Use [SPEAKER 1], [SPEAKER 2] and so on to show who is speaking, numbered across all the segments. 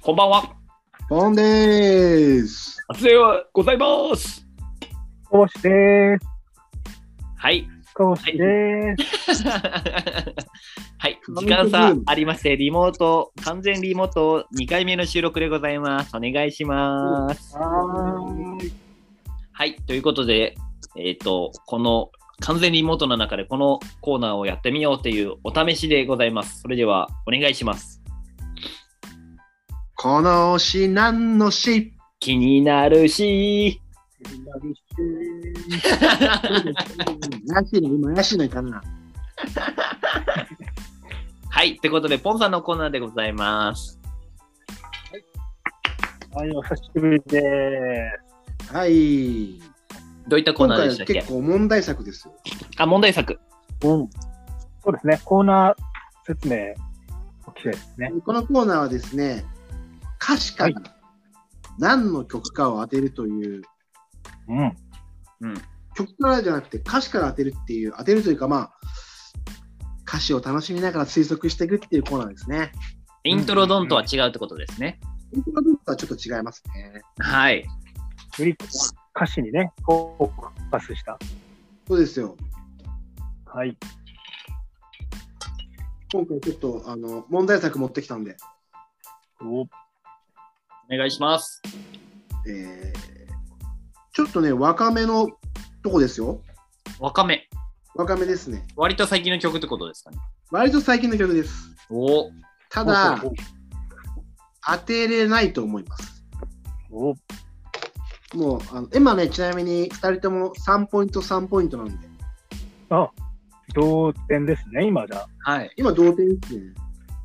[SPEAKER 1] こんばんは。
[SPEAKER 2] ポンでーす。
[SPEAKER 1] あつではございます。
[SPEAKER 3] こうしでーす。
[SPEAKER 1] はい。
[SPEAKER 3] こうしでーす。
[SPEAKER 1] はい。時間差ありまして、リモート、完全リモート2回目の収録でございます。お願いします。
[SPEAKER 3] はーい。
[SPEAKER 1] はい。ということで、えっ、と、この完全リモートの中でこのコーナーをやってみようというお試しでございます。それではお願いします。
[SPEAKER 2] この推しなんのし。
[SPEAKER 1] 気になるし。
[SPEAKER 2] ヤシの今ヤシのかな。
[SPEAKER 1] はい。ということで、ポンさんのコーナーでございます。
[SPEAKER 3] はい、お久しぶりで
[SPEAKER 2] はい。
[SPEAKER 1] どういったコー
[SPEAKER 2] 今
[SPEAKER 1] ナーで
[SPEAKER 2] 回は
[SPEAKER 1] したっけ
[SPEAKER 2] 結構問題作ですよ。
[SPEAKER 1] あ、問題作。
[SPEAKER 3] ーす。うん。そうですね。コーナー説明をきたいですね。
[SPEAKER 2] このコーナーはですね、歌詞から何の曲かを当てるという、
[SPEAKER 3] うん。
[SPEAKER 1] うん。
[SPEAKER 2] 曲からじゃなくて歌詞から当てるっていう、当てるというかまあ、歌詞を楽しみながら推測していくっていうコーナーですね。
[SPEAKER 1] イントロドンとは違うってことですね。
[SPEAKER 2] イントロドンとはちょっと違いますね。
[SPEAKER 1] はい。
[SPEAKER 3] より歌詞にね、フォーカスした。
[SPEAKER 2] そうですよ。
[SPEAKER 3] はい。
[SPEAKER 2] 今回ちょっとあの問題作持ってきたんで、
[SPEAKER 3] お
[SPEAKER 1] お願いします。
[SPEAKER 2] えーちょっとね、若めのとこですよ。
[SPEAKER 1] わかめ。
[SPEAKER 2] 若めですね。
[SPEAKER 1] 割と最近の曲ってことですかね。
[SPEAKER 2] 割と最近の曲です。
[SPEAKER 1] お
[SPEAKER 2] ただ、
[SPEAKER 3] お
[SPEAKER 2] 当てれないと思います。
[SPEAKER 3] お
[SPEAKER 2] もう、あの今ね、ちなみに2人とも3ポイント、3ポイントなんで、
[SPEAKER 3] あ、同点ですね。今じゃあ
[SPEAKER 1] はい。
[SPEAKER 2] 今同点ですね。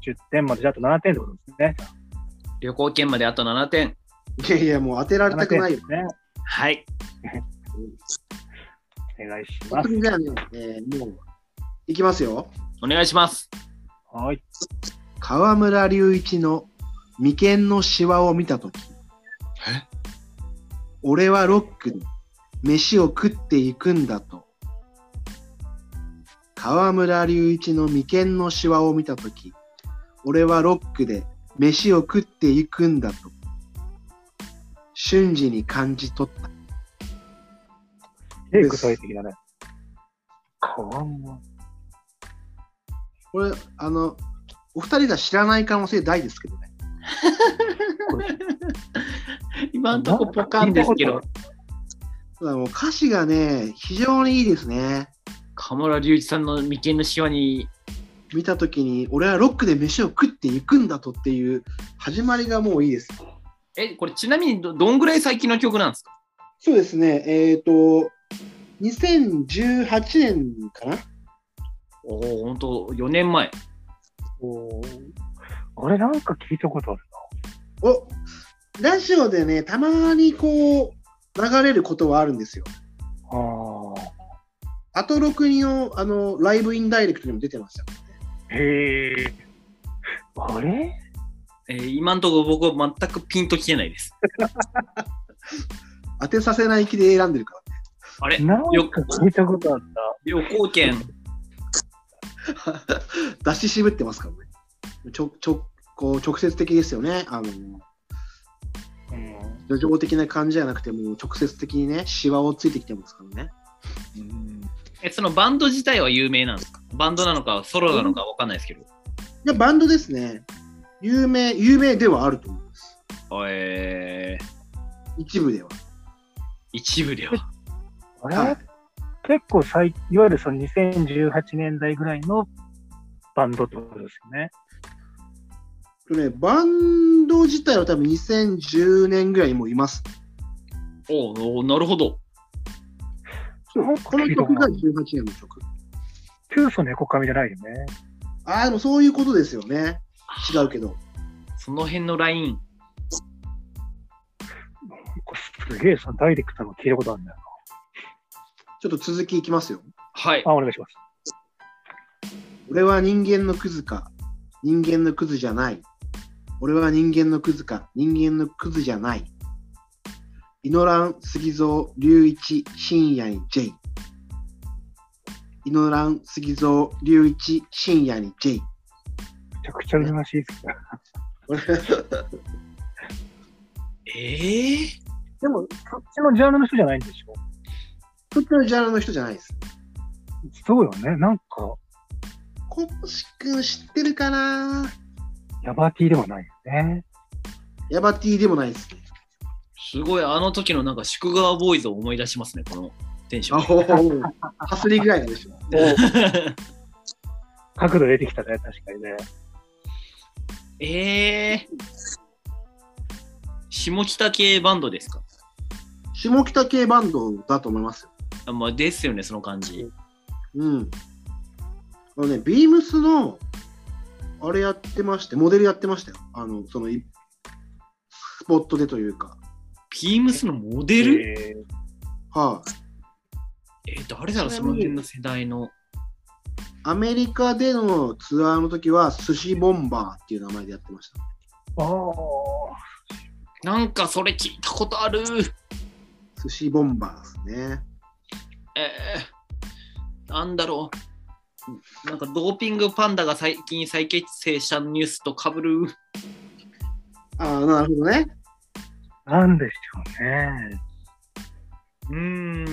[SPEAKER 3] 10点まで、じゃああと7点ってことですね。
[SPEAKER 1] 旅行券まであと7点。
[SPEAKER 2] いやいや、もう当てられた
[SPEAKER 3] 7
[SPEAKER 2] く
[SPEAKER 3] 点
[SPEAKER 2] ない
[SPEAKER 3] で
[SPEAKER 2] よ。
[SPEAKER 3] すね。
[SPEAKER 1] はい。
[SPEAKER 3] お願いしま
[SPEAKER 2] 本当
[SPEAKER 3] す。
[SPEAKER 2] にじゃあね、えーもう、いきますよ。
[SPEAKER 1] お願いします。
[SPEAKER 3] はい。
[SPEAKER 2] 河村隆一の眉間のシワを見たとき、俺はロックで飯を食っていくんだと。河村隆一の眉間のシワを見たとき、俺はロックで飯を食っていくんだと。瞬時に感じ取った。
[SPEAKER 3] テイク添えてきたね。こんな
[SPEAKER 2] これ、あの、お二人が知らない可能性大ですけどね。
[SPEAKER 1] 今んとこポカンですけ
[SPEAKER 3] 聞
[SPEAKER 1] ど
[SPEAKER 3] い、
[SPEAKER 2] ただもう歌詞がね、非常にいいですね。
[SPEAKER 1] 河村隆一さんの眉間のシワに、
[SPEAKER 2] 見た時に俺はロックで飯を食っていくんだとっていう始まりがもういいです。
[SPEAKER 1] え、これちなみにどどんぐらい最近の曲なんですか
[SPEAKER 2] そうですね、えっ、と、2018年かな
[SPEAKER 1] おお、ほんと、4年前。
[SPEAKER 3] おーあれなんか聞いたことある
[SPEAKER 2] おラジオでね、たまにこう流れることはあるんですよ。
[SPEAKER 3] な。あ
[SPEAKER 2] アトロクニのあのライブインダイレクトにも出てました。
[SPEAKER 3] あ。へえ。あれ
[SPEAKER 1] えー今んとこ僕は全くピンときてないです。
[SPEAKER 2] 当てさせない気で選んでるか
[SPEAKER 1] あれ
[SPEAKER 3] なんか聞いたことあっ
[SPEAKER 1] 旅行券、
[SPEAKER 2] ら。出し渋ってますからね。ちょちょこう直接的ですよね。あの
[SPEAKER 3] た。うん。
[SPEAKER 2] 叙情的な感じじゃなくて、もう直接的にね、シワをついてきてますからね。
[SPEAKER 1] え、そのバンド自体は有名なんですかバンドなのかソロなのかわかんないですけど。
[SPEAKER 2] いや、バンドですね。有名、有名ではあると思います。
[SPEAKER 1] えー、
[SPEAKER 2] 一部では。
[SPEAKER 1] 一部では。
[SPEAKER 3] あれ、
[SPEAKER 2] はい、
[SPEAKER 3] 結構最、いわゆるその2018年代ぐらいのバンドってことですよね。
[SPEAKER 2] とね、バンド自体は多分2010年ぐらいにもういます。
[SPEAKER 1] おーおー、なるほど。
[SPEAKER 3] なんか
[SPEAKER 2] この
[SPEAKER 3] 聞いた
[SPEAKER 2] 曲
[SPEAKER 3] こ
[SPEAKER 2] が
[SPEAKER 3] とあ
[SPEAKER 2] 18
[SPEAKER 3] る
[SPEAKER 2] 年の曲。
[SPEAKER 3] キューソ猫髪じゃないよね。
[SPEAKER 2] ああ、でもそういうことですよね。違うけど。
[SPEAKER 1] その辺のライン、
[SPEAKER 3] なんかすげえ、そのダイレクトの聞いたことあるんだよ
[SPEAKER 2] ちょっと続きいきますよ。
[SPEAKER 1] はい
[SPEAKER 3] な。。あ、お願いします。
[SPEAKER 2] 俺は人間のクズか。人間のクズじゃない。俺は人間のクズか。人間のクズじゃない。イノラン、杉蔵、隆一、深夜に J。イノラン、杉蔵、隆一、深夜に J。
[SPEAKER 3] めちゃくちゃ羨ましいですね。
[SPEAKER 2] これ
[SPEAKER 1] ええ
[SPEAKER 3] でも、そっちのジャンルの人じゃないんでしょ
[SPEAKER 2] そっちのジャンルの人じゃないです。
[SPEAKER 3] そうよね。なんか、
[SPEAKER 2] コブシ君知ってるかな
[SPEAKER 3] ヤバティではないよ ね。
[SPEAKER 2] ヤバティでもないですね。
[SPEAKER 1] すごい、あの時のなんか、宿川ボーイズを思い出しますね、このテンショ
[SPEAKER 2] あ
[SPEAKER 1] ン。
[SPEAKER 2] ほほほ。ハスリーぐらいのでしょ。
[SPEAKER 3] 角度出てきたね、確かにね。
[SPEAKER 1] ええ下北系バンドですか
[SPEAKER 2] 下北系バンドだと思いますよ。
[SPEAKER 1] あまあ、ですよね、その感じ。
[SPEAKER 2] うん。あのね、ビームスの、あれやってまして、モデルやってましたよ。あの、そのい、スポットでというか。
[SPEAKER 1] ビームスのモデル
[SPEAKER 3] えー
[SPEAKER 2] はい、
[SPEAKER 1] えー誰だろう、その辺の世代の。
[SPEAKER 2] アメリカでのツアーの時は、寿司ボンバーっていう名前でやってました。
[SPEAKER 3] ああ、
[SPEAKER 1] なんかそれ聞いたことある。
[SPEAKER 2] 寿司ボンバーですね。
[SPEAKER 1] えー、なんだろう。なんかドーピングパンダが最近再結成したニュースとかぶる。
[SPEAKER 2] ああ、なるほどね。
[SPEAKER 3] なんでしょうね。
[SPEAKER 1] うー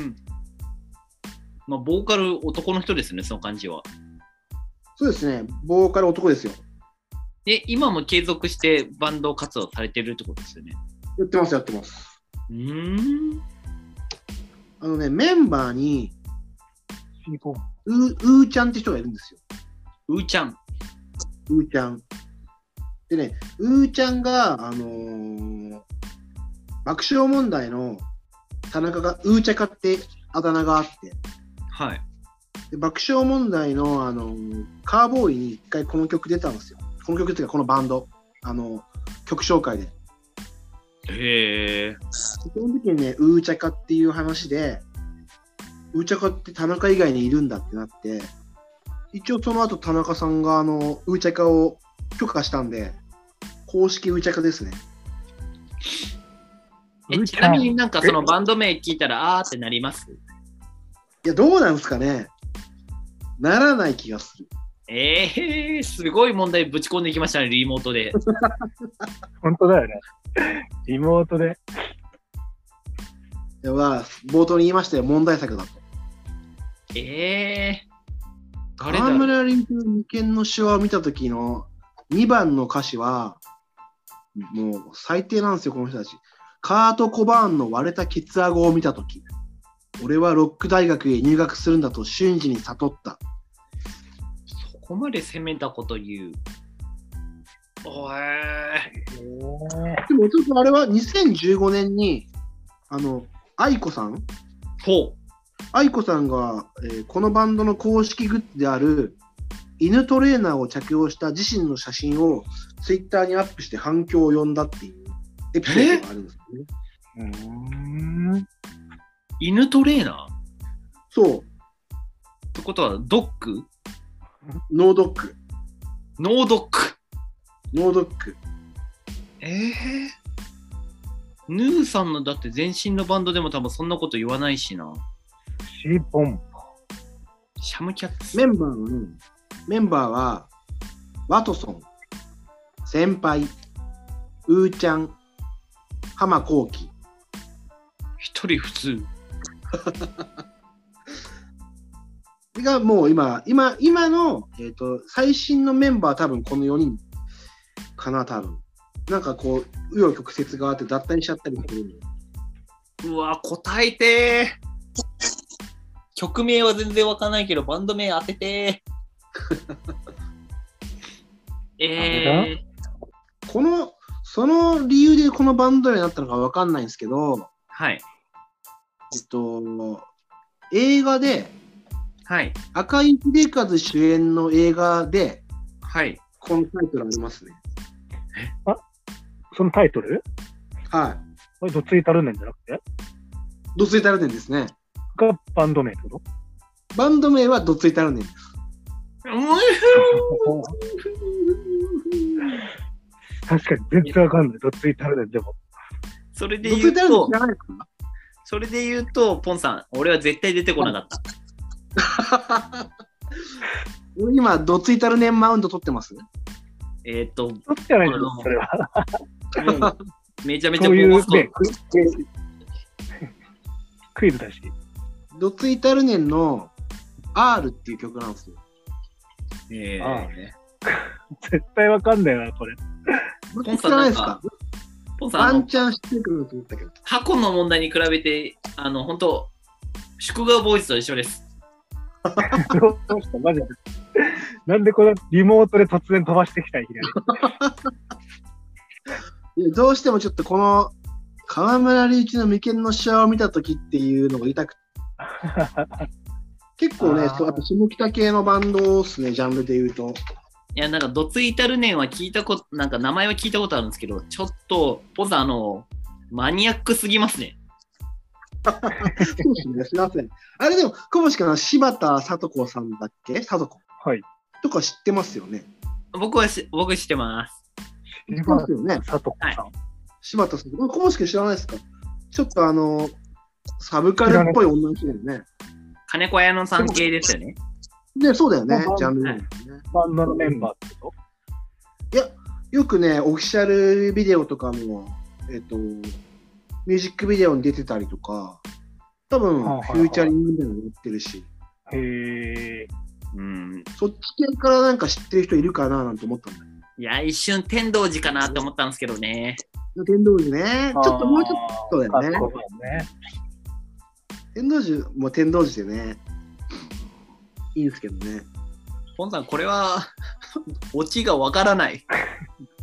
[SPEAKER 1] ん。まあ、ボーカル男の人ですね、その感じは。
[SPEAKER 2] そうですね。ボーカル男ですよ。
[SPEAKER 1] で、今も継続してバンド活動されてるってことですよね。
[SPEAKER 2] やってます、やってます。
[SPEAKER 1] うーん。
[SPEAKER 2] あのね、メンバーに、
[SPEAKER 3] シリコン
[SPEAKER 2] ううーちゃんって人がいるんですよ。
[SPEAKER 1] うーちゃん。
[SPEAKER 2] うーちゃん。でね、うーちゃんが、あのー爆笑問題の田中が、うーちゃかってあだ名があって、
[SPEAKER 1] はい。
[SPEAKER 2] で爆笑問題の、あのーカーボーイに一回この曲出たんですよ。この曲っていうか、このバンド。あの曲紹介で。で
[SPEAKER 1] へえ。
[SPEAKER 2] その時にね、うーちゃかっていう話で、うーちゃかって田中以外にいるんだってなって、一応その後田中さんがあのウーチャカを許可したんで、公式ウーチャカですね。
[SPEAKER 3] う
[SPEAKER 1] え
[SPEAKER 3] ー
[SPEAKER 1] ち
[SPEAKER 3] ち
[SPEAKER 1] な
[SPEAKER 3] ゃん
[SPEAKER 1] みになんかそのバンド名聞いたら、あーってなります。
[SPEAKER 2] いや、どうなんですかねならない気がする。
[SPEAKER 1] ええー、すごい問題ぶち込んできましたね、リモート で。
[SPEAKER 3] 本当だよね。リモートで。
[SPEAKER 2] では、冒頭に言いましたよ、問題作だと。
[SPEAKER 1] ええー。誰だ
[SPEAKER 2] 河
[SPEAKER 1] ろう
[SPEAKER 2] 村隆一の二軒の手話を見た時の2番の歌詞は、もう最低なんですよ、この人たち。カート・コバーンの割れたケツアゴを見た時俺はロック大学へ入学するんだと瞬時に悟った。
[SPEAKER 1] そこまで攻めたこと言う。おえ
[SPEAKER 3] えー、
[SPEAKER 2] でも、ちょっとあれは2015年に、あの、愛子さん
[SPEAKER 1] ー。ほう。
[SPEAKER 2] 愛子さんが、えーこのバンドの公式グッズである犬トレーナーを着用した自身の写真をツイッターにアップして反響を呼んだっていうエピソードがあるんですよね。
[SPEAKER 3] うーん。
[SPEAKER 1] 犬トレーナー
[SPEAKER 2] そ
[SPEAKER 1] ってことは、ドッグ
[SPEAKER 2] う、ノードック、
[SPEAKER 1] ノードッグ。
[SPEAKER 2] ノードック。
[SPEAKER 1] ええヌーさんのだって全身のバンドでも多分そんなこと言わないしな。
[SPEAKER 3] シリボン。
[SPEAKER 1] シャムキャッツ。
[SPEAKER 2] メンバーのね、メンバーはワトソン、先輩、うーちゃん、浜こうき。
[SPEAKER 1] 一人普通。
[SPEAKER 2] がもう今、今、今の、えっ、と、最新のメンバーは多分この4人かな、多分。なんかこう、紆余曲折があって脱退しちゃったりするんで
[SPEAKER 1] うわ、答えてー。 曲名は全然わかんないけど、バンド名当ててー。 えー、
[SPEAKER 2] この、その理由でこのバンドになったのかわかんないんですけど、
[SPEAKER 1] はい。
[SPEAKER 2] えっと、映画で、
[SPEAKER 1] はい。
[SPEAKER 2] 赤井秀和主演の映画で、
[SPEAKER 1] はい。
[SPEAKER 2] このタイトルありますね。
[SPEAKER 3] そのタイトル
[SPEAKER 2] は
[SPEAKER 3] これどついたるねんじゃなくて
[SPEAKER 2] い。どついたるねんですね。
[SPEAKER 3] がバンド名ってこと
[SPEAKER 2] バンド名はどついたるねんです。
[SPEAKER 3] 確かに全然わかんない。どついたるねんでも。
[SPEAKER 1] それで
[SPEAKER 2] どつ
[SPEAKER 1] 言う
[SPEAKER 2] いたるねん
[SPEAKER 1] と
[SPEAKER 2] 知、らないかな
[SPEAKER 1] それで言うと、ポンさん、俺は絶対出てこなかった。
[SPEAKER 2] 今、どついたるねんマウント取ってます
[SPEAKER 1] えっ、ー、と、
[SPEAKER 3] どっちじゃないで
[SPEAKER 1] あの
[SPEAKER 3] すそれは。
[SPEAKER 1] めちゃめちゃ
[SPEAKER 3] そういう
[SPEAKER 1] ボコス
[SPEAKER 3] ね
[SPEAKER 1] と、
[SPEAKER 3] クイクイズだし。
[SPEAKER 2] ドツイタルネンの R っていう曲なんですよ。
[SPEAKER 1] え
[SPEAKER 3] ああ
[SPEAKER 1] え
[SPEAKER 3] 絶対わかんないな、これ。
[SPEAKER 2] こ
[SPEAKER 1] ポン
[SPEAKER 2] れ
[SPEAKER 1] さ
[SPEAKER 2] 知
[SPEAKER 1] ん
[SPEAKER 2] らな
[SPEAKER 1] なん
[SPEAKER 2] いですか
[SPEAKER 1] か、ポンさん
[SPEAKER 2] ワ
[SPEAKER 1] あの
[SPEAKER 2] ンチャン知ってくると思ったけど。
[SPEAKER 1] 過去の問題に比べて、あの、本当祝賀ボーイズと一緒です。
[SPEAKER 3] どうしたマジで。なんでこのリモートで突然飛ばしてきたいきなり。
[SPEAKER 2] いやどうしてもちょっとこの河村隆一の眉間のシワを見た時っていうのが痛く て。結構ね、
[SPEAKER 1] あー
[SPEAKER 2] そうあと下北系のバンドですね、ジャンルで言うと。
[SPEAKER 1] いや、なんか、どついたるねんは聞いたこと、なんか名前は聞いたことあるんですけど、ちょっと、ポンさん、あの、マニアックすぎますね。
[SPEAKER 2] そうですね、すいません。あれでも、久保しかな、柴田聡子さんだっけ聡子
[SPEAKER 3] はい。
[SPEAKER 2] とか知ってますよね。
[SPEAKER 1] 僕はし、僕知ってます。
[SPEAKER 2] 知ってますよね。
[SPEAKER 3] さとこさん。
[SPEAKER 2] 柴田聡子。久保しか知らないですかちょっとあの、サブカルっぽい女の人だよね。
[SPEAKER 1] 金子屋のさん系ですよね。
[SPEAKER 2] ね、そうだよね
[SPEAKER 3] まあ、
[SPEAKER 2] ジャンルでもね。
[SPEAKER 3] バンドのメンバーってこ
[SPEAKER 2] よくね、オフィシャルビデオとかも、えっ、と、ミュージックビデオに出てたりとか、多分、
[SPEAKER 3] はいはいはい
[SPEAKER 2] フューチャリングみたいなのやってるし、
[SPEAKER 3] とへえ。
[SPEAKER 1] うん。
[SPEAKER 2] そっち系からなんか知ってる人いるかななんて思ったんだよ。
[SPEAKER 1] いや、一瞬、天童寺かなって思ったんですけどね。
[SPEAKER 2] 天童寺ね、ちょっともうちょっとだよね
[SPEAKER 3] あーそうだよね。
[SPEAKER 2] と、天童寺も天童寺でね、いいんですけどね。
[SPEAKER 1] ポンさん、これは、 オチがわからない。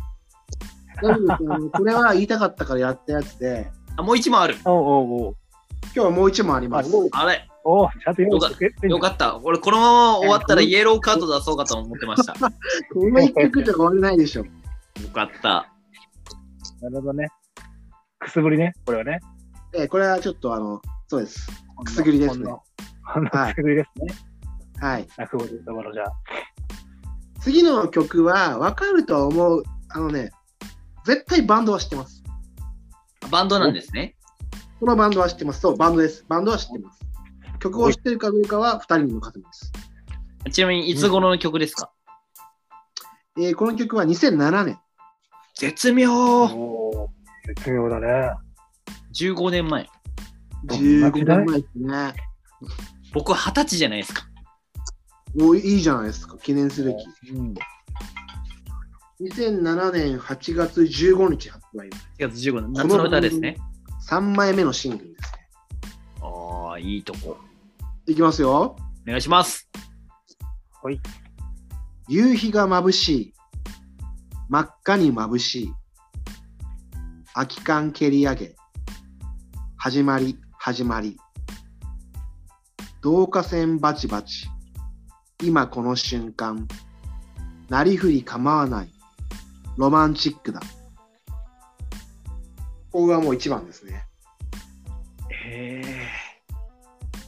[SPEAKER 2] なのであのこれは言いたかったからやったやつで、
[SPEAKER 1] あ、もう一問ある。
[SPEAKER 3] おうおう
[SPEAKER 2] 今日はもう一問あります。
[SPEAKER 3] あ
[SPEAKER 1] あれ、
[SPEAKER 3] おう。おう、ちゃんと読んでくれてんじゃ
[SPEAKER 1] よ
[SPEAKER 3] ん
[SPEAKER 1] かった。俺、このまま終わったらイエローカード出そうかと思ってました。よ
[SPEAKER 2] この一曲じゃ終われないでしょ。
[SPEAKER 1] かった。
[SPEAKER 3] なるほどね。くすぶりね、これはね。
[SPEAKER 2] えーこれはちょっとあの、そうです。くすぐりですね
[SPEAKER 3] ほんの。ほんの
[SPEAKER 2] はい
[SPEAKER 3] くすぐりですね。
[SPEAKER 2] はい。
[SPEAKER 3] 落語で言うところじゃ。
[SPEAKER 2] 次の曲は分かるとは思う。あのね、絶対バンドは知ってます。
[SPEAKER 1] バンドなんですね。
[SPEAKER 2] このバンドは知ってます。そう、バンドです。バンドは知ってます。曲を知ってるかどうかは2人に任せます。
[SPEAKER 1] ちなみに、いつ頃の曲ですか、
[SPEAKER 2] えーこの曲は2007年。
[SPEAKER 1] 絶妙
[SPEAKER 3] おお、絶妙だね。
[SPEAKER 1] !15 年前。
[SPEAKER 2] 15
[SPEAKER 3] 時
[SPEAKER 2] 年
[SPEAKER 3] 代
[SPEAKER 2] 前ですね。
[SPEAKER 1] 僕、二十歳じゃないですか。
[SPEAKER 2] おいいじゃないですか、記念すべき。
[SPEAKER 1] うん。
[SPEAKER 2] 2007年8月15日発売。
[SPEAKER 1] 4月15年、夏の歌ですね。
[SPEAKER 2] 3枚目のシングルですね。
[SPEAKER 1] ああ、いいとこ。
[SPEAKER 2] いきますよ。
[SPEAKER 1] お願いします。
[SPEAKER 3] はい。
[SPEAKER 2] 夕日が眩しい。真っ赤に眩しい。空き缶蹴り上げ。始まり、始まり。導火線バチバチ。今この瞬間。なりふり構わない。ロマンチックだ。ここがもう一番ですね。
[SPEAKER 1] へえ。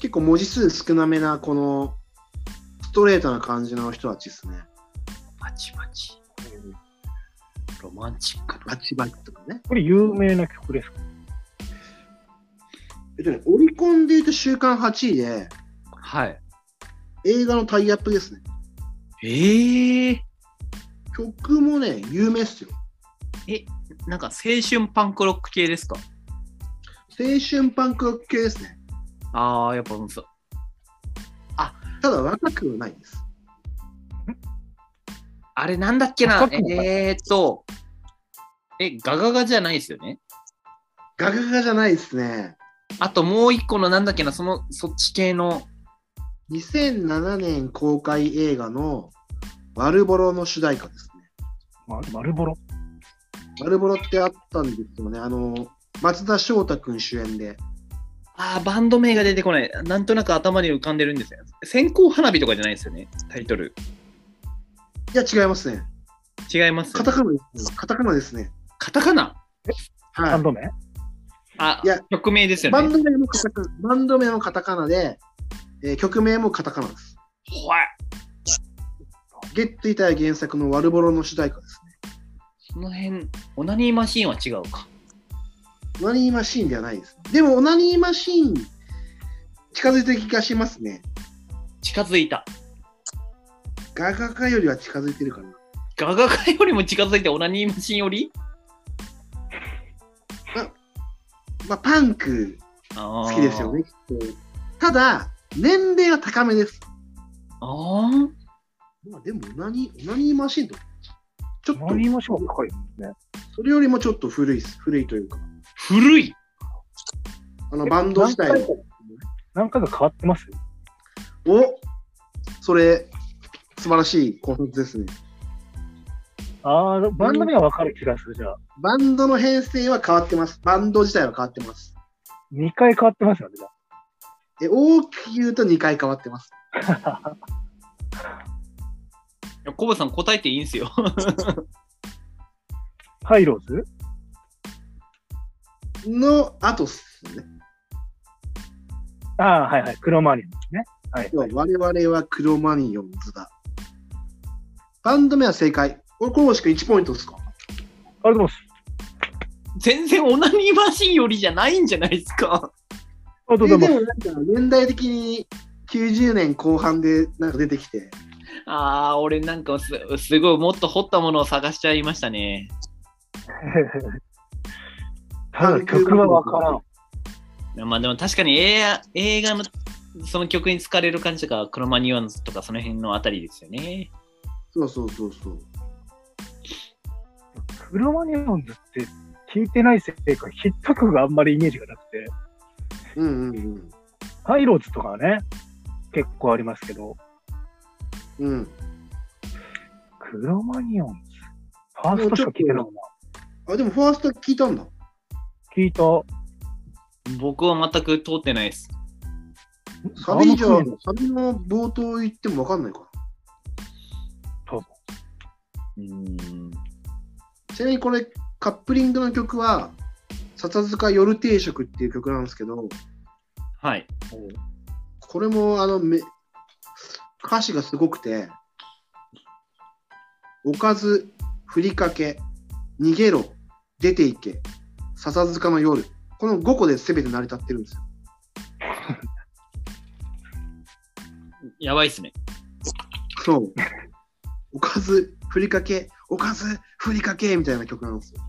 [SPEAKER 2] 結構文字数少なめな、この、ストレートな感じの人たちですね。
[SPEAKER 1] バチバチ。ロマンチックな。
[SPEAKER 2] バチバチとかね。
[SPEAKER 3] これ有名な曲ですか
[SPEAKER 2] えっとね、オリコンで言うと週間8位で、
[SPEAKER 1] はい。
[SPEAKER 2] 映画のタイアップですね。
[SPEAKER 1] ええ。
[SPEAKER 2] 曲もね、有名っすよ。
[SPEAKER 1] なんか、青春パンクロック系ですか
[SPEAKER 2] 青春パンクロック系ですね。
[SPEAKER 1] ああ、やっぱ、うんそう。
[SPEAKER 2] ただ若くはないです。
[SPEAKER 1] あれなんだっけな
[SPEAKER 3] 赤くもない
[SPEAKER 1] えー、っと、え、ガガガじゃないですよね。
[SPEAKER 2] ガガガじゃないですね。
[SPEAKER 1] あともう一個のなんだっけな、その、そっち系の、
[SPEAKER 2] 2007年公開映画の悪ボロの主題歌ですね。
[SPEAKER 3] ま丸ボロ。
[SPEAKER 2] 悪ボロってあったんですよね。あの、松田翔太くん主演で。
[SPEAKER 1] あーバンド名が出てこない。なんとなく頭に浮かんでるんですよ。線香花火とかじゃないですよね、タイトル。
[SPEAKER 2] いや、違いますね。
[SPEAKER 1] 違います、
[SPEAKER 2] カタカナですね。カタカナですね。
[SPEAKER 1] カタカナ
[SPEAKER 2] は
[SPEAKER 3] バン
[SPEAKER 2] い。
[SPEAKER 3] ド名
[SPEAKER 1] あ
[SPEAKER 2] いや、
[SPEAKER 1] 曲名ですよ
[SPEAKER 2] バン
[SPEAKER 1] ね。
[SPEAKER 2] ド名もカタカナ、バンド名もカタカナで、えー曲名もカタカナです。
[SPEAKER 1] ほわ
[SPEAKER 2] ゲットイタや原作の悪ボロの主題歌ですね。
[SPEAKER 1] その辺、オナニーマシーンは違うか。
[SPEAKER 2] オナニーマシーンではないです。でも、オナニーマシーン、近づいてる気がしますね。
[SPEAKER 1] 近づいた。
[SPEAKER 2] ガガガよりは近づいてるかな。
[SPEAKER 1] ガガガよりも近づいてオナニーマシーンより
[SPEAKER 2] まあ、パンク好
[SPEAKER 1] 好
[SPEAKER 2] きですよ。ね、きっと。ただ、年齢は高めです。
[SPEAKER 1] あー
[SPEAKER 2] まあ、でも、オナニー、オナニーマシンと、ちょっと、
[SPEAKER 3] 何もしも高いですね。
[SPEAKER 2] それよりもちょっと古いです。古いというか、
[SPEAKER 1] 古い
[SPEAKER 2] あの、バンド自体
[SPEAKER 3] 何回か何回か変わってます
[SPEAKER 2] おそれ、素晴らしい考察ですね。
[SPEAKER 3] ああ、バンド名は分かる気がする。じゃあ、
[SPEAKER 2] バンドの編成は変わってます。バンド自体は変わってます。
[SPEAKER 3] 2回変わってますよね、じゃあ。
[SPEAKER 2] え大きく言うと2回変わってます。
[SPEAKER 1] いやコブさん答えていいんすよ。
[SPEAKER 3] ハイローズ
[SPEAKER 2] の後っすね。
[SPEAKER 3] ああ、はいはい。クロマニオンですね。はい。
[SPEAKER 2] 要は我々はクロマニオンズだ。バンド名は正解。これ、これもしく1ポイントですか
[SPEAKER 3] あれでも、
[SPEAKER 1] 全然オナニーマシンよりじゃないんじゃないですか。
[SPEAKER 3] あと
[SPEAKER 2] えで
[SPEAKER 3] で
[SPEAKER 2] も
[SPEAKER 3] も、
[SPEAKER 2] なんか年代的に90年後半でなんか出てきて、
[SPEAKER 1] ああ、俺なんかすすごいもっと掘ったものを探しちゃいましたね。
[SPEAKER 3] ただ曲は分からん。
[SPEAKER 1] まあでも確かに映画映画のその曲に疲れる感じとか、クロマニオンズとかその辺のあたりですよね。
[SPEAKER 2] そうそうそうそう。
[SPEAKER 3] クロマニオンズって聞いてないせいか、ヒット曲があんまりイメージがなくて、
[SPEAKER 2] うんうん
[SPEAKER 3] ハイローズとかはね、結構ありますけど、
[SPEAKER 2] うん。うん。
[SPEAKER 3] クロマニオンズ、ファーストしか聞いてないもんな。
[SPEAKER 2] あ、でもファースト聞いたんだ。
[SPEAKER 3] 聞いた。
[SPEAKER 1] 僕は全く通ってないです。
[SPEAKER 2] サビじゃ、
[SPEAKER 3] あの
[SPEAKER 2] サビの冒頭言っても分かんないか
[SPEAKER 1] うーん。
[SPEAKER 2] ら。ちなみにこれ、カップリングの曲は、笹塚夜定食っていう曲なんですけど、
[SPEAKER 1] はい。
[SPEAKER 2] これもあのめ歌詞がすごくて、おかず、ふりかけ、逃げろ、出ていけ、笹塚の夜、この5個で全て成り立ってるんですよ。
[SPEAKER 1] やばいっすね。
[SPEAKER 2] そう。 おかず、ふりかけ、おかず、ふりかけみたいな曲なんですよ。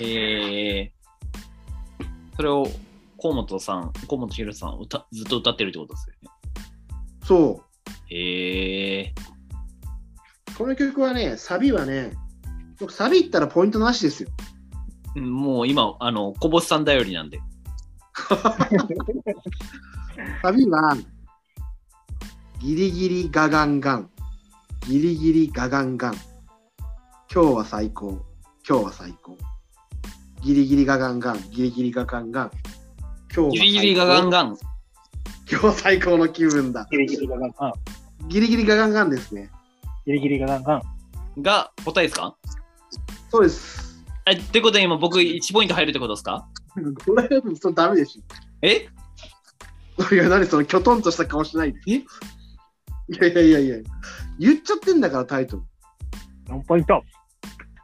[SPEAKER 1] えー、それを河本さん、河本ひろさん歌、ずっと歌ってるってことですよね。
[SPEAKER 2] そ
[SPEAKER 1] え
[SPEAKER 2] う。この曲はね、サビはね、僕サビ行ったらポイントなしですよ。
[SPEAKER 1] ー、もう今、あの、こぼすさん頼りなんで。
[SPEAKER 2] サビは、ギリギリガガンガン、ギリギリガガンガン、今日は最高、今日は最高。ギリギリガガンガン、ギリギリガガンガン、今日は最高。
[SPEAKER 1] ギリギリがガン
[SPEAKER 2] ン。
[SPEAKER 1] ガン。
[SPEAKER 2] 今日は最高の気分だ。
[SPEAKER 3] ギリギリがガンガン。
[SPEAKER 2] ギリギリガガンガンですね。
[SPEAKER 3] ギリギリがガンガン。
[SPEAKER 1] が答えですか
[SPEAKER 2] そうです。
[SPEAKER 1] え、ってことで今僕1ポイント入るってことですか
[SPEAKER 2] これ、それダメでし
[SPEAKER 1] え
[SPEAKER 2] ょ。いや、何その、きょとんとした顔しないで。
[SPEAKER 1] え
[SPEAKER 2] いやいやいやいや、言っちゃってんだから、タイトル。
[SPEAKER 3] 4ポイント。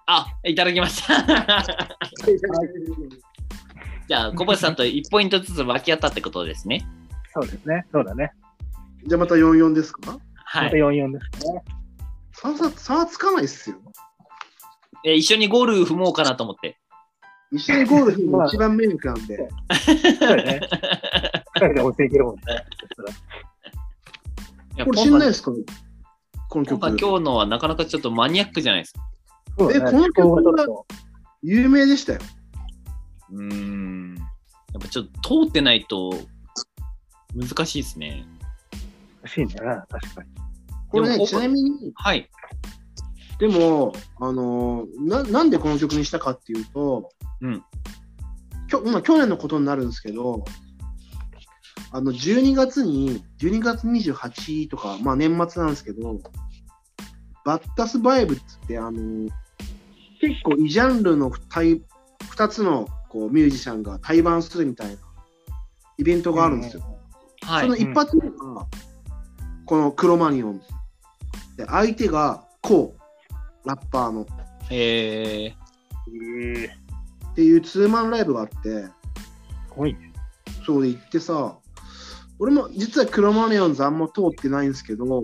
[SPEAKER 1] あ、いただきました。じゃあ、小林さんと1ポイントずつ分け合ったってことですね。
[SPEAKER 3] そうですね。そうだね。
[SPEAKER 2] じゃあまた44ですか
[SPEAKER 1] は
[SPEAKER 3] また
[SPEAKER 1] い。
[SPEAKER 3] 44ですね。
[SPEAKER 2] 差差差はつかないっすよ。
[SPEAKER 1] え一緒にゴール踏もうかなと思って。
[SPEAKER 2] 一緒にゴールフも一番迷惑なんで、
[SPEAKER 3] そ うだね。2人で押していけるもんね。
[SPEAKER 1] いや
[SPEAKER 2] これ
[SPEAKER 1] ポン
[SPEAKER 2] 知ん
[SPEAKER 1] さん
[SPEAKER 2] ないですかねこの
[SPEAKER 1] ポン
[SPEAKER 2] 曲
[SPEAKER 1] さん。今日のはなかなかちょっとマニアックじゃないですか。
[SPEAKER 3] そうだね。
[SPEAKER 2] えこの曲は
[SPEAKER 3] 思考がちょっ
[SPEAKER 2] 有名でしたよ。
[SPEAKER 1] うーん。やっぱちょっと通ってないと難しいですね。
[SPEAKER 3] と欲しいんだな、確かに。
[SPEAKER 2] これ
[SPEAKER 1] でも
[SPEAKER 2] ね、ちなみに、
[SPEAKER 1] はい。
[SPEAKER 2] でも、あのーな、なんでこの曲にしたかっていうと、
[SPEAKER 1] うん
[SPEAKER 2] きょまあ、去年のことになるんですけど、あの、12月に、12月28とか、まあ年末なんですけど、バッタスバイブっつって、あのー結構異ジャンルの2, 2つのこうミュージシャンが対バンするみたいなイベントがあるんですよ。
[SPEAKER 1] は
[SPEAKER 2] その
[SPEAKER 1] い。
[SPEAKER 2] 一発目が、このクロマニオンで相手がこうラッパーのっ
[SPEAKER 1] えー、
[SPEAKER 3] ええ。
[SPEAKER 2] ていうツーマンライブがあって
[SPEAKER 3] 濃いね。
[SPEAKER 2] そうで行ってさ俺も実はクロマニオンズあんま通ってないんですけどあの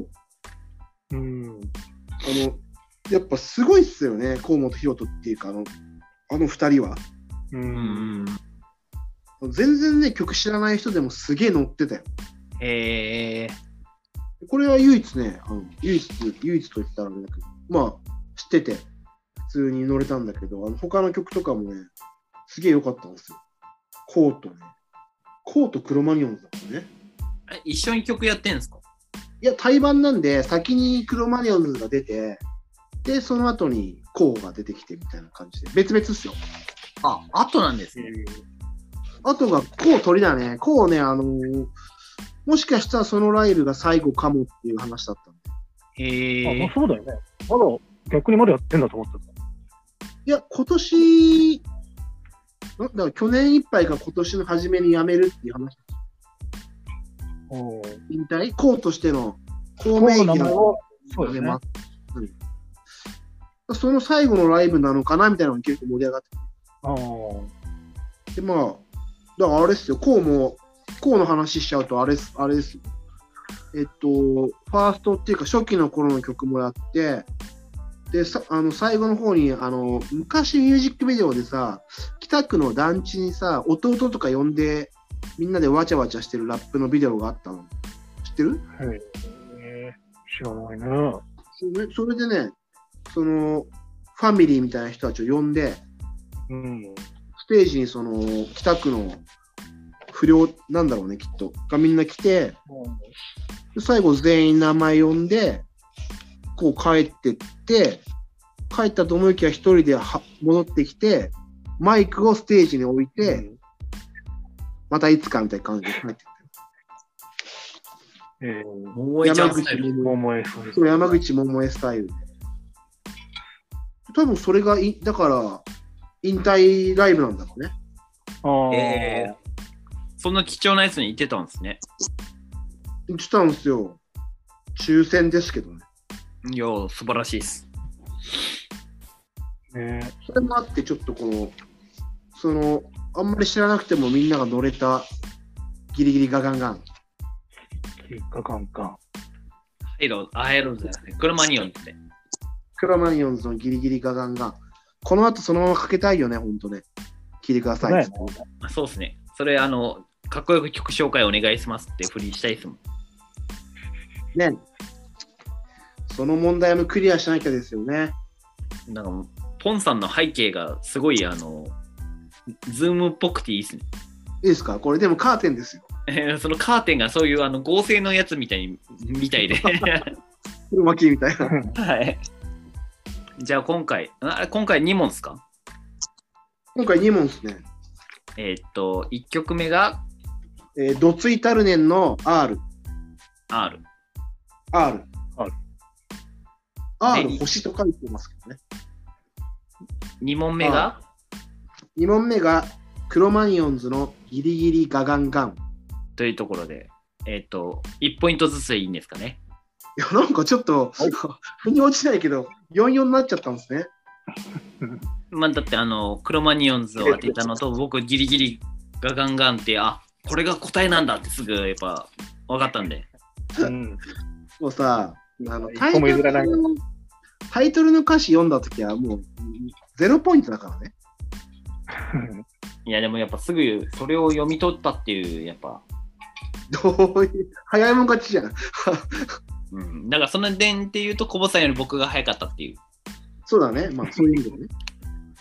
[SPEAKER 3] うん。
[SPEAKER 2] やっぱすごいっすよね河本大翔っていうかあのあの2人は
[SPEAKER 3] う。
[SPEAKER 1] うんん。
[SPEAKER 2] あ全然ね、曲知らない人でもすげえ乗ってたよ。
[SPEAKER 1] へえ。
[SPEAKER 2] これは唯一ね、あの唯一、唯一と言ったらあれだけど、まあ、知ってて、普通に乗れたんだけど、あの他の曲とかもね、すげえ良かったんですよ。コートね。コートクロマニオンズだからね。
[SPEAKER 1] え一緒に曲やってんですか
[SPEAKER 2] いや、対バンなんで、先にクロマニオンズが出て、で、その後にコーが出てきてみたいな感じで、別々っすよ。
[SPEAKER 1] あ、あとなんですね。
[SPEAKER 2] あとが、こう鳥だね。こうね、あのーもしかしたらそのライブが最後かもっていう話だったの。
[SPEAKER 1] へ
[SPEAKER 3] あま
[SPEAKER 1] え
[SPEAKER 3] あ、。そうだよね。まだ、逆にまだやってんだと思ってた。
[SPEAKER 2] いや、今年、なんだから去年いっぱいか今年の初めに辞めるっていう話。
[SPEAKER 3] お
[SPEAKER 2] 引退こうとしての公
[SPEAKER 3] こ
[SPEAKER 2] 明
[SPEAKER 3] の
[SPEAKER 2] 義
[SPEAKER 3] 名前
[SPEAKER 2] の
[SPEAKER 3] は、そうですね。
[SPEAKER 2] す、うんその最後のライブなのかなみたいなのが結構盛り上がって
[SPEAKER 3] あー
[SPEAKER 2] でまあ、だからあれっすよ、こうも、こうの話しちゃうとあれっす、あれです。えっと、ファーストっていうか初期の頃の曲もやって、で、さあの最後の方に、あの、昔ミュージックビデオでさ、北区の団地にさ、弟とか呼んで、みんなでわちゃわちゃしてるラップのビデオがあったの。知ってる
[SPEAKER 3] はいえー知らないな。
[SPEAKER 2] それそれでね、その、ファミリーみたいな人たちを呼んで、
[SPEAKER 3] うん。
[SPEAKER 2] ステージにその北区の不良なんだろうねきっとがみんな来てで最後全員名前呼んでこう帰ってって帰ったと思いきや一人では戻ってきてマイクをステージに置いて、
[SPEAKER 3] うん
[SPEAKER 2] またいつかみたいな感じで帰ってって
[SPEAKER 3] え
[SPEAKER 1] もう一
[SPEAKER 2] 山
[SPEAKER 1] 回
[SPEAKER 2] 口。
[SPEAKER 3] ー、
[SPEAKER 2] 百
[SPEAKER 3] 桃江さん。
[SPEAKER 2] 恵山口百恵スタイルで多分それがいだから引退ライブなんだろうね
[SPEAKER 3] あー
[SPEAKER 1] えそんな貴重なやつに行ってたんですね。
[SPEAKER 2] 言ってたんですよ抽選ですけどね
[SPEAKER 1] いや、素晴らしいです。
[SPEAKER 3] ね
[SPEAKER 2] それもあって、ちょっとこの、その、あんまり知らなくてもみんなが乗れた、ギリギリガガンガン。
[SPEAKER 3] 一日間か。
[SPEAKER 1] ヘロ、あ、ヘロじゃないね。車によって。
[SPEAKER 2] クラマニオンズのギリギリガガンガン。この後そのままかけたいよね、ほんとね。聞いてくださ
[SPEAKER 3] だ
[SPEAKER 2] い
[SPEAKER 3] よ。ね
[SPEAKER 1] あそうですね。それ、あの、かっこよく曲紹介お願いしますって振りしたいですもん。
[SPEAKER 2] ね。その問題もクリアしなきゃですよね。
[SPEAKER 1] なんかもう、ポンさんの背景がすごい、あの、ズームっぽくていいですね。
[SPEAKER 2] いいですかこれでもカーテンですよ。
[SPEAKER 1] えーそのカーテンがそういうあの合成のやつみたいにみたいで。
[SPEAKER 2] 車キーみたいな。
[SPEAKER 1] はい。じゃあ今回、あ今回2問ですか
[SPEAKER 2] 今回2問ですね。
[SPEAKER 1] えーっと、1曲目が
[SPEAKER 2] えードツイタルネンの R。
[SPEAKER 1] R。
[SPEAKER 2] R。
[SPEAKER 3] R
[SPEAKER 2] R、星と書いてますけどね。
[SPEAKER 1] 2問目が
[SPEAKER 2] 2問目が、クロマニオンズのギリギリガガンガン。
[SPEAKER 1] というところで、えーっと、1ポイントずつでいいんですかね。
[SPEAKER 2] いや、なんかちょっと、腑に落ちないけど、44になっちゃったんですね。
[SPEAKER 1] まあ、だってあの、クロマニオンズを当てたのと、僕ギリギリガガンガンって、あ、これが答えなんだってすぐやっぱ分かったんで。
[SPEAKER 3] うん。
[SPEAKER 2] もうさ、あの
[SPEAKER 3] 一
[SPEAKER 2] タイ
[SPEAKER 3] 個
[SPEAKER 2] ト
[SPEAKER 3] も譲ら
[SPEAKER 2] ル
[SPEAKER 3] ない
[SPEAKER 2] のタイトルの歌詞読んだときは、もう、ゼロポイントだからね。
[SPEAKER 1] いや、でもやっぱすぐそれを読み取ったっていう、やっぱ、
[SPEAKER 2] どういう、早いもん勝ちじゃん。
[SPEAKER 1] うん。だからその点っていうと、コボさんより僕が早かったっていう、
[SPEAKER 2] そうだね。まあ、そういう意味でもね。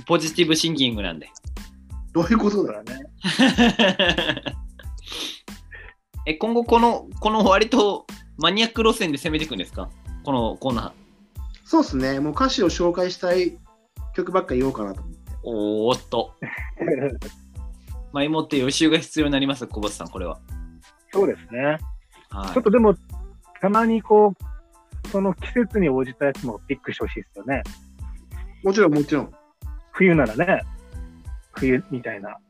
[SPEAKER 1] ポジティブシンキングなんで。
[SPEAKER 2] どういうこと
[SPEAKER 3] そう
[SPEAKER 2] だよ。
[SPEAKER 3] だね。
[SPEAKER 1] え今後この、この割とマニアック路線で攻めていくんですかこのコーナ
[SPEAKER 2] そうっすね。もう歌詞を紹介したい曲ばっか言おうかなと思って。
[SPEAKER 1] ー。おーっと。前もって予習が必要になります、小林さん、これは。
[SPEAKER 3] そうですね。
[SPEAKER 1] は
[SPEAKER 3] ちょっとでも、たまにこう、その季節に応じたやつもピックしてほしいですよね。
[SPEAKER 2] もちろん、もちろん。
[SPEAKER 3] 冬ならね、冬みたいな。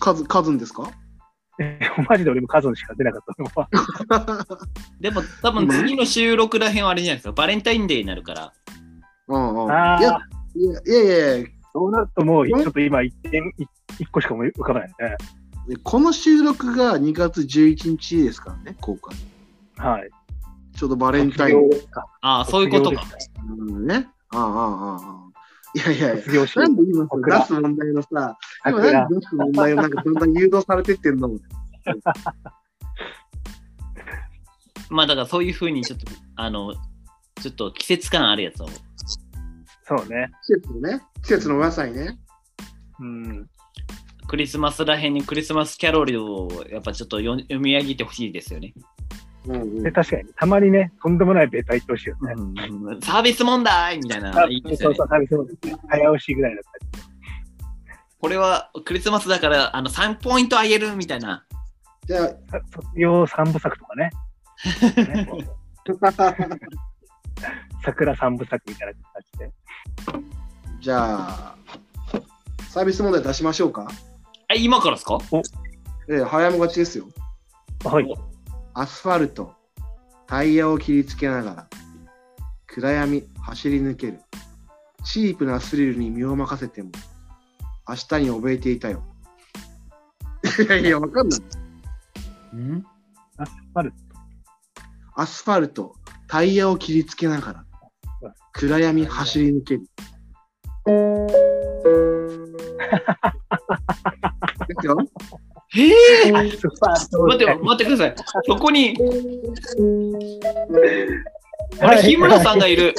[SPEAKER 2] カズ、カズンですか
[SPEAKER 3] でもマジで俺もカズンしか出なかったのは。
[SPEAKER 1] い。でも、多分次の収録らへんはあれじゃないですか、バレンタインデーになるから。
[SPEAKER 2] うんうん。い
[SPEAKER 3] あ
[SPEAKER 2] や
[SPEAKER 3] あ、、
[SPEAKER 2] いやいやいや、
[SPEAKER 3] そうなるともう、ちょっと今一点、一一個しか思い浮かばないね。
[SPEAKER 2] この収録が2月11日ですからね、公開。
[SPEAKER 3] はい。
[SPEAKER 2] ちょうどバレンタイン。
[SPEAKER 3] か。
[SPEAKER 1] ああ、そういうことか。
[SPEAKER 3] 卒業ですね
[SPEAKER 2] なるほどね。ああああああ。いやいやいや。
[SPEAKER 3] 卒業し、
[SPEAKER 2] なんで今そ
[SPEAKER 3] 僕
[SPEAKER 2] れ
[SPEAKER 3] ら
[SPEAKER 2] 出す問題のさ、今なん
[SPEAKER 3] 僕ら
[SPEAKER 2] で出す問題をなんかだんだん誘導されてってんの
[SPEAKER 1] まあだからそういうふうにちょっと、あの、ちょっと季節感あるやつを。
[SPEAKER 3] そうね。
[SPEAKER 2] 季節のね、季節のお野菜ね。
[SPEAKER 3] うん。
[SPEAKER 1] クリスマスらへんにクリスマスキャロルをやっぱちょっと読読み上げてほしいですよね。
[SPEAKER 2] うんうん
[SPEAKER 3] で、確かに、たまにね、とんでもないベタ言ってほしいよね。
[SPEAKER 1] サービス問題みたいな。
[SPEAKER 3] あ
[SPEAKER 1] いいですよ
[SPEAKER 3] そう
[SPEAKER 1] ね
[SPEAKER 3] そう、食べそうですね。早押しぐらいだったり。
[SPEAKER 1] これはクリスマスだからあの3ポイントあげるみたいな。
[SPEAKER 2] じゃ
[SPEAKER 3] さ卒業三部作とかね。ね
[SPEAKER 2] あ、
[SPEAKER 3] 桜三部作みたいな感じで。
[SPEAKER 2] じゃあ、サービス問題出しましょうか。
[SPEAKER 1] え、今からですか
[SPEAKER 2] ええ、早も勝ちですよ。
[SPEAKER 3] はい。
[SPEAKER 2] アスファルト、タイヤを切りつけながら、暗闇、走り抜ける。チープなスリルに身を任せても、明日に怯えていたよ。いやいや、わかんない。
[SPEAKER 1] うん
[SPEAKER 3] アスファルト
[SPEAKER 2] アスファルト、タイヤを切りつけながら、暗闇、走り抜ける。ですよ。
[SPEAKER 1] へえ
[SPEAKER 3] アスファ
[SPEAKER 1] 待っ
[SPEAKER 3] ル
[SPEAKER 1] て、
[SPEAKER 3] ト。
[SPEAKER 1] 待ってください。そこに、あ
[SPEAKER 3] は
[SPEAKER 1] れ、
[SPEAKER 3] い
[SPEAKER 1] 日村さんがいる。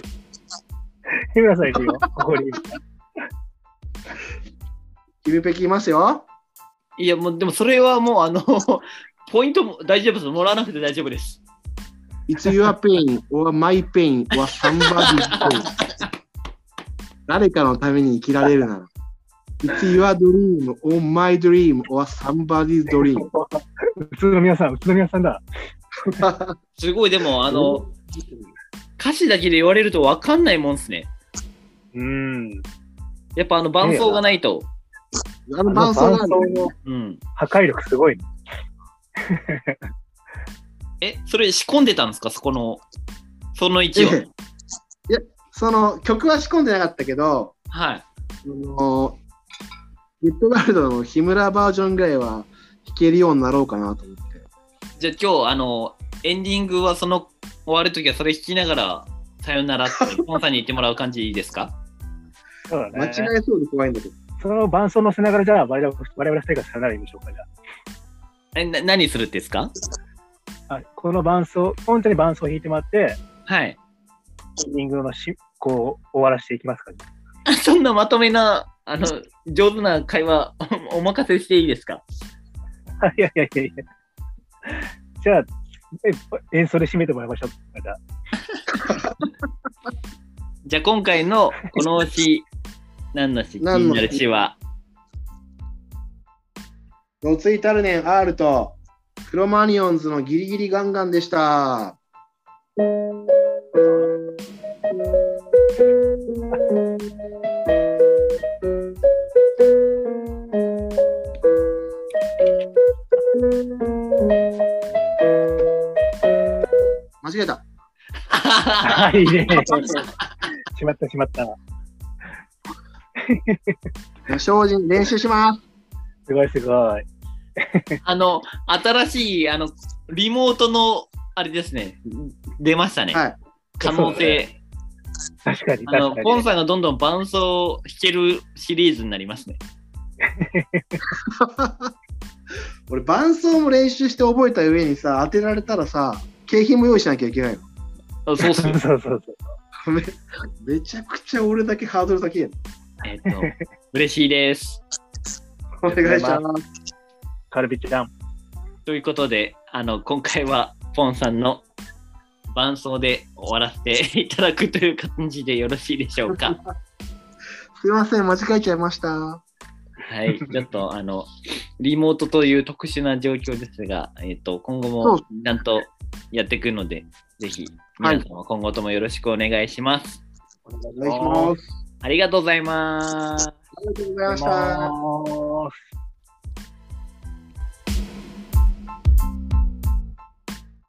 [SPEAKER 3] 日村さんいるよ。ここに。
[SPEAKER 2] キムペキいますよ。
[SPEAKER 1] いや、もう、でもそれはもう、あの、 ポイントも大丈夫です。もらわなくて大丈夫です。
[SPEAKER 2] It's your pain or my pain or somebody's pain. 誰かのために生きられるなら。It's your dream or my dream or somebody's dream.
[SPEAKER 3] 宇都宮さん、宇都宮さんだ。
[SPEAKER 1] すごい、でも、あの、歌詞だけで言われると分かんないもんですね。
[SPEAKER 3] うん。
[SPEAKER 1] やっぱあの伴奏がないと。
[SPEAKER 2] あの伴奏なんだ
[SPEAKER 3] の
[SPEAKER 1] うん。
[SPEAKER 3] 破壊力すごいね。
[SPEAKER 1] え、それ仕込んでたんですかそこの、その一応。
[SPEAKER 2] ええいや、その曲は仕込んでなかったけど、
[SPEAKER 1] はい。
[SPEAKER 2] あのゲットワールドの日村バージョンぐらいは弾けるようになろうかなと思って。
[SPEAKER 1] じゃあ今日、あの、エンディングはその、終わるときはそれ弾きながら、さよならって、ポンさんに言ってもらう感じですか
[SPEAKER 3] そうだ
[SPEAKER 2] 間
[SPEAKER 3] ね。
[SPEAKER 2] 違えそうで怖いんだけど。
[SPEAKER 3] その伴奏乗せながら、じゃあ、我々我々二人がさよなら言いましょうか、じゃ
[SPEAKER 1] え、な何するんですか
[SPEAKER 3] あ。はい、この伴奏、本当に伴奏弾いてもらって、
[SPEAKER 1] はい。
[SPEAKER 3] エンディングのし、こう、終わらしていきますか、
[SPEAKER 1] そんなまとめな、あの、上手な会話、おお任せしていいですか
[SPEAKER 3] いやいやいやいや。じゃあ、え演奏で締めてもらいましょう。じゃあ
[SPEAKER 1] じゃあ今回のこの詩、何の詩気
[SPEAKER 2] 何
[SPEAKER 1] に
[SPEAKER 2] の詩
[SPEAKER 1] なる詩は、
[SPEAKER 2] ロツイタルネン R とクロマニオンズのギリギリガンガンでした。間違えた。
[SPEAKER 3] はい、ね。しまった、しまった。
[SPEAKER 2] 精進練習します。
[SPEAKER 3] すごい、すごい。
[SPEAKER 1] あの、新しい、あの、リモートの、あれですね、出ましたね。
[SPEAKER 2] はい。
[SPEAKER 1] 可能
[SPEAKER 3] そう
[SPEAKER 1] 性。
[SPEAKER 3] 確かに、
[SPEAKER 1] あの
[SPEAKER 3] 確か、
[SPEAKER 1] ポン
[SPEAKER 3] に。
[SPEAKER 1] さんがどんどん伴奏を弾けるシリーズになりますね。
[SPEAKER 2] 俺伴奏も練習して覚えた上にさ当てられたらさ景品も用意しなきゃいけないの
[SPEAKER 1] あそうそ
[SPEAKER 3] そうう。そうそう。
[SPEAKER 2] めめちゃくちゃ俺だけハードル高いやん
[SPEAKER 1] えっと、嬉しいです。
[SPEAKER 2] お願いします
[SPEAKER 3] カルビちゃん。
[SPEAKER 1] ということで、あの、今回は、ポンさんの伴奏で終わらせていただくという感じでよろしいでしょうか。
[SPEAKER 2] すいません間違えちゃいました
[SPEAKER 1] はい、ちょっとあの、リモートという特殊な状況ですが、えっ、と、今後
[SPEAKER 2] そう
[SPEAKER 1] も
[SPEAKER 2] ですね
[SPEAKER 1] ちゃんとやっていくので、ぜひ、
[SPEAKER 2] はい
[SPEAKER 1] 皆様今後ともよろしくお願いします。
[SPEAKER 2] お願いします
[SPEAKER 1] ありがとうございます。
[SPEAKER 2] ありがとうございました
[SPEAKER 3] お願いします